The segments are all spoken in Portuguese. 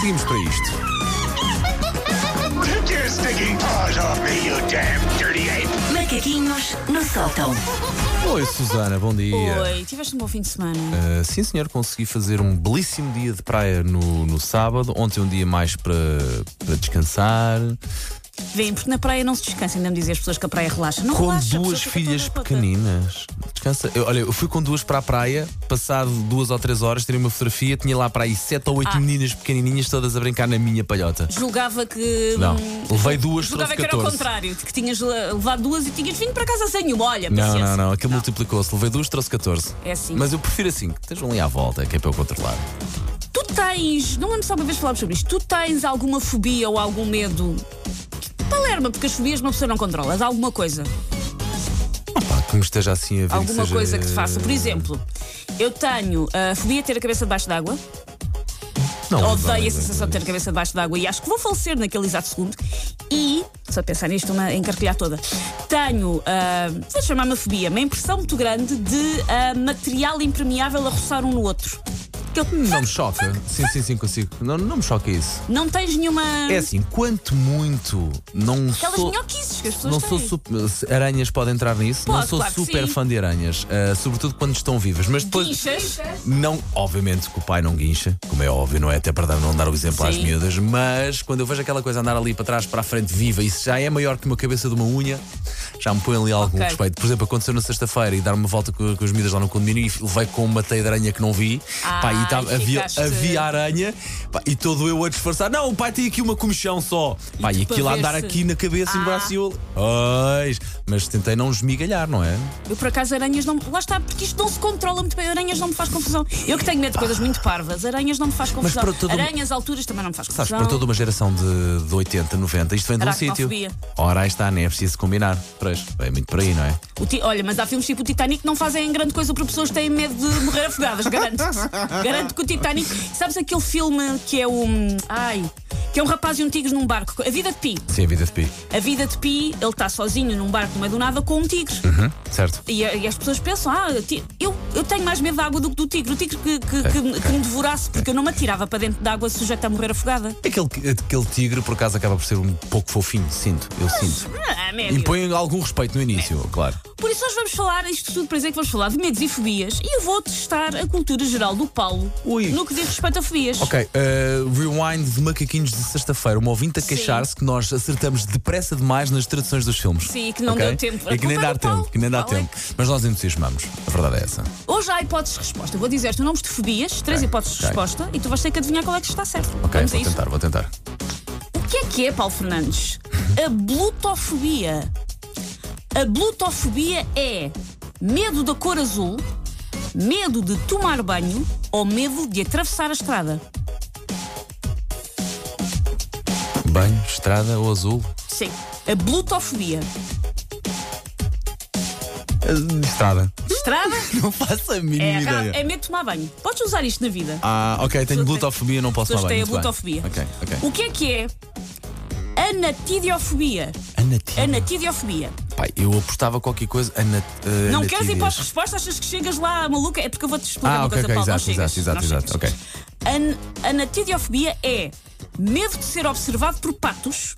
Seguimos para isto. Take your stinking paws off me, you damn dirty ape! Macaquinhos no sótão. Oi, Susana, bom dia. Oi, tiveste um bom fim de semana. Ah, sim, senhor, consegui fazer um belíssimo dia de praia no, no sábado. Ontem, um dia mais para, para descansar. Vem, porque na praia não se descansa, ainda me dizem as pessoas que a praia relaxa. Não Com relaxa, a duas pessoa fica filhas toda rota. pequeninas. Descansa. Eu, olha, eu fui com duas para a praia, passado duas ou três horas, tirei uma fotografia. Tinha lá para aí sete ou oito Ah. meninas pequenininhas, todas a brincar na minha palhota. Julgava que. Não, hum, levei duas, Julgava trouxe que era o 14. contrário, de que tinhas le- levado duas e tinhas vindo para casa sem nenhuma. Olha, Não, paciência. não, não, aquilo multiplicou-se. Levei duas, trouxe 14. É assim. Mas eu prefiro assim, que estejam ali à volta, que é para eu controlar. Tu tens. Não lembro se alguma vez falámos sobre isto. Tu tens alguma fobia ou algum medo? Palerma, porque as fobias uma pessoa não controla. Há alguma coisa. Pá, que me esteja assim a ver. alguma seja- coisa que te faça. Por exemplo, eu tenho a fobia de ter a cabeça debaixo d'água. Não, não, não, Odeio não, a sensação de ter a cabeça debaixo d'água e acho que vou falecer naquele exato segundo. E, só de pensar nisto, uma encarquilhar toda. Tenho, ah, vou chamar uma fobia, uma impressão muito grande de ah, material impermeável a roçar um no outro. Que eu- ah, Não me choca. Sim, sim, sim, consigo. Não, não me choca isso. não tens nenhuma. É assim, quanto muito não aquelas sou. minhoquices que as pessoas Não têm. sou super. se Aranhas podem entrar nisso. não Pode, sou claro que super sim. fã de aranhas. ah, sobretudo quando estão vivas. Mas depois. Guinchas? Não, obviamente que o pai não guincha, como é óbvio, não é? Até para dar, não dar o exemplo às Sim. miúdas, mas quando eu vejo aquela coisa andar ali para trás, para a frente, viva, isso já é maior que uma cabeça de uma unha, já me põe ali algum Ok. respeito. Por exemplo, aconteceu na sexta-feira e dar uma volta com, com as miúdas lá no condomínio e levei com uma teia de aranha que não vi, Ah, pá, e tava- e havia, ficaste- havia aranha, pá, e todo eu a disfarçar, não, o pai tem aqui uma comichão só, pá, e tu aquilo a para andar tipo, ver se- aqui na cabeça, Ah. em braço e olho. Pois, mas tentei não esmigalhar, não é? Eu, por acaso, aranhas não. Lá está, porque isto não se controla muito bem. Aranhas não me faz confusão. Eu que tenho medo de coisas muito parvas. Aranhas não me faz confusão. para todo- Aranhas, alturas também não me faz Sabes, confusão. para toda uma geração de, de 80, 90, isto vem de um sítio. Aracnofobia. Ora, aí está, nem é preciso combinar. Pois, é muito por aí, não é? O ti- Olha, mas há filmes tipo o Titanic que não fazem grande coisa para pessoas que têm medo de morrer afogadas, garanto-te. Garanto que o Titanic. Sabes aquele filme que é o. Ai. Que é um rapaz e um tigre num barco. A vida de Pi. Sim, a vida de Pi. A vida de Pi, ele está sozinho num barco no meio do nada com um tigre. Hum, certo. E, a- e as pessoas pensam, ah, ti- eu, eu tenho mais medo da água do que do tigre. O tigre que, que- que me- que me devorasse, porque eu não me atirava para dentro da água sujeita a morrer afogada. Aquele, aquele tigre, por acaso, acaba por ser um pouco fofinho, sinto. Eu sinto. Ah, médio. Impõe algum respeito no início, Né? claro. Por isso, nós vamos falar, isto tudo para dizer que vamos falar de medos e fobias. E eu vou testar a cultura geral do Paulo Ui. no que diz respeito a fobias. Ok, uh, rewind de macaquinhos de sexta-feira. Uma ouvinte a Sim. queixar-se que nós acertamos depressa demais nas traduções dos filmes. Sim, que não Ok? deu tempo. E que nem A culpa é dá do tempo, Paulo. que nem dá Paulo é tempo. Mas nós entusiasmamos. A verdade é essa. Hoje há hipóteses de resposta. Eu Vou dizer-te nomes de fobias, três hipóteses de ok. resposta, e tu vais ter que adivinhar qual é que está certo. Ok, Vamos a vou isso. tentar, vou tentar. O que é que é, Paulo Fernandes? A blutofobia. A blutofobia é medo da cor azul, medo de tomar banho ou medo de atravessar a estrada. Banho, estrada ou azul? Sim. A blutofobia. Uh, Estrada. Estrada Não faço a é, mínima ra- ideia. é medo de tomar banho. Podes usar isto na vida. Ah, ok, tenho Pessoas glutofobia, não posso pessoas falar têm bem. a glutofobia. Ok, ok. O que é que é? Anatidiofobia. Uhum. Anatídeos. Anatidiofobia. Pai, eu apostava qualquer coisa. Anat... eh, Não queres ir para anatídeos. as respostas? Achas que chegas lá, maluca? É porque eu vou-te explicar Ah, uma ok, coisa, ok, Paulo. exato, não chegas, exato, não exato, chegas. An anatidiofobia é medo de ser observado por patos,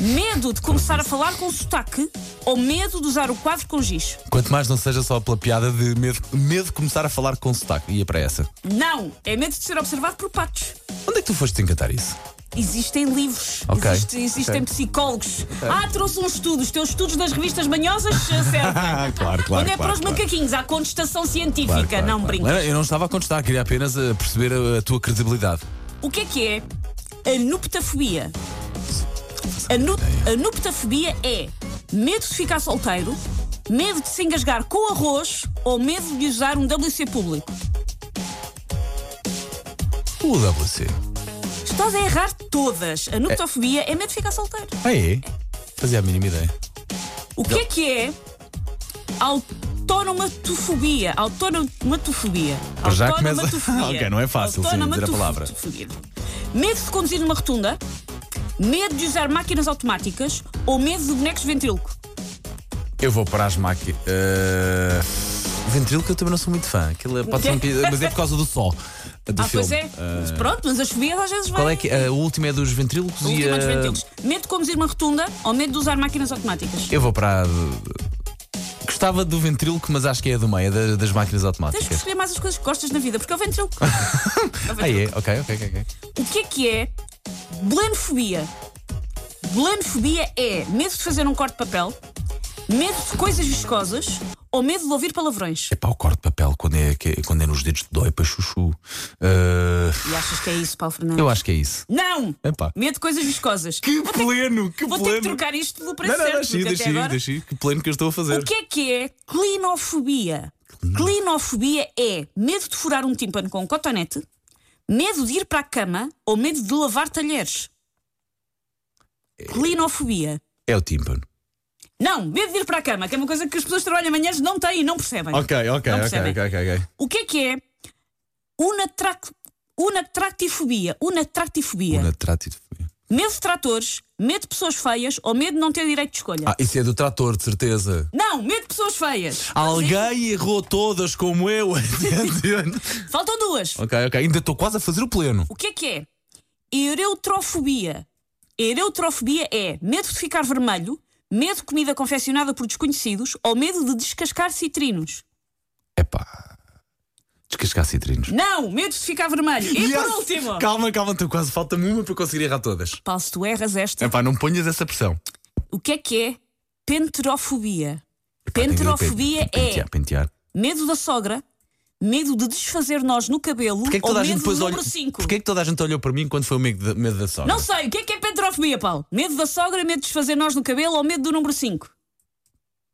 medo de começar a falar com sotaque ou medo de usar o quadro com giz. Quanto mais não seja só pela piada de medo, medo de começar a falar com sotaque. Ia para essa. Não, é medo de ser observado por patos. Onde é que tu foste encantar isso? Existem livros, Ok, existe- existem ok. psicólogos. Ah, trouxe um estudo, os teus estudos das revistas manhosas eh, servem. Ah, claro, claro. Quando é para os macaquinhos, há contestação científica, Claro, claro, não claro. brinca. Não, Eu não estava a contestar, queria apenas eh, perceber a, a tua credibilidade. O que é que é a nuptafobia? A, nu a nuptafobia é medo de ficar solteiro, medo de se engasgar com arroz ou medo de usar um WC público. O WC. Estás a errar todas. A nuptafobia é medo de ficar solteiro. Ah, é? Fazia a mínima ideia. O que é que é autonomatofobia? Autonomatofobia. Para já começa- Autonomatofobia. Ok, não é fácil, sim, dizer a Autonomatofobia. palavra. Medo de conduzir numa rotunda, medo de usar máquinas automáticas ou medo de bonecos de ventríloco. Eu vou para as máquinas. Ah, Ventrilo que eu também não sou muito fã. Aquilo é- pode ser um bocadinho- mas é por causa do sol. Do Ah, filme. pois é. Mas pronto, mas as fobias às vezes Qual vêm- é que a última é dos ventrílocos A e última a- dos ventilos. Medo de conduzir uma rotunda ou medo de usar máquinas automáticas? Eu vou para a... Gostava do ventríloco, mas acho que é a do meio, é da- das máquinas Tens que automáticas. escolher mais as coisas que gostas na vida, porque é o ventríloco. É o Ah, é? ventríloco. Ok, ok, ok. ok. O que é que é belenofobia? Belenofobia é medo de fazer um corte de papel, medo de coisas viscosas ou medo de ouvir palavrões. Pá, o corte de papel, quando é, que- quando é nos dedos, dói para chuchu. Ah, E achas que é isso, Paulo Fernandes? eu acho que é isso. Não! Epá. Medo de coisas viscosas. vou ter, pleno, que vou ter que trocar isto pelo preço Não, não, certo, deixa ir, porque até deixa ir, agora... deixa ir. Que pleno que eu estou a fazer. O que é que é clinofobia? Clinofobia é medo de furar um tímpano com um cotonete, medo de ir para a cama ou medo de lavar talheres. Clinofobia. É o tímpano. Não, medo de ir para a cama, que é uma coisa que as pessoas que trabalham amanhãs não têm e não percebem. Ok, ok, Não ok, percebem. ok, ok. ok. O que é que é unatract... unatractifobia? Unatractifobia. Una tratidofobia. Medo de tratores, medo de pessoas feias ou medo de não ter direito de escolha. Ah, isso é do trator, de certeza. Não, medo de pessoas feias. Alguém errou todas como eu. Faltam duas. ok, ok. Ainda estou quase a fazer o pleno. O que é que é? Ereutrofobia. Ereutrofobia é medo de ficar vermelho, medo de comida confeccionada por desconhecidos ou medo de descascar citrinos. Epá. Descascar citrinos. Não, medo de ficar vermelho. E por Yes! último. Calma, calma, tu quase falta-me uma para conseguir errar todas. Paulo, se tu erras esta, Epá, não ponhas essa pressão. o que é que é penterofobia? Pá, tenho de Penterofobia pen- é Pentear, pentear. medo da sogra, medo de desfazer nós no cabelo Porquê é que ou toda a medo gente do depois olha. número 5. Porquê é que toda a gente olhou para mim quando foi o medo da, medo da sogra? Não sei, o que é que é penterofobia, Paulo? Medo da sogra, medo de desfazer nós no cabelo ou medo do número 5?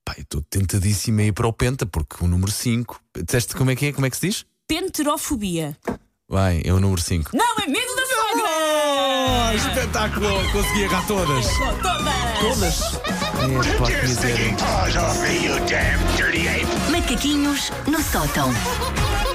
Pá, eu estou tentadíssimo a ir para o Penta, porque o número 5. Disseste como é que é? Como é que se diz? Penterofobia. Vai, é o número 5. Não, é medo da sogra! Oh, espetáculo! Consegui errar todas! Todas! É, Take your sticking paws off me, you damn dirty ape! Macaquinhos no sótão.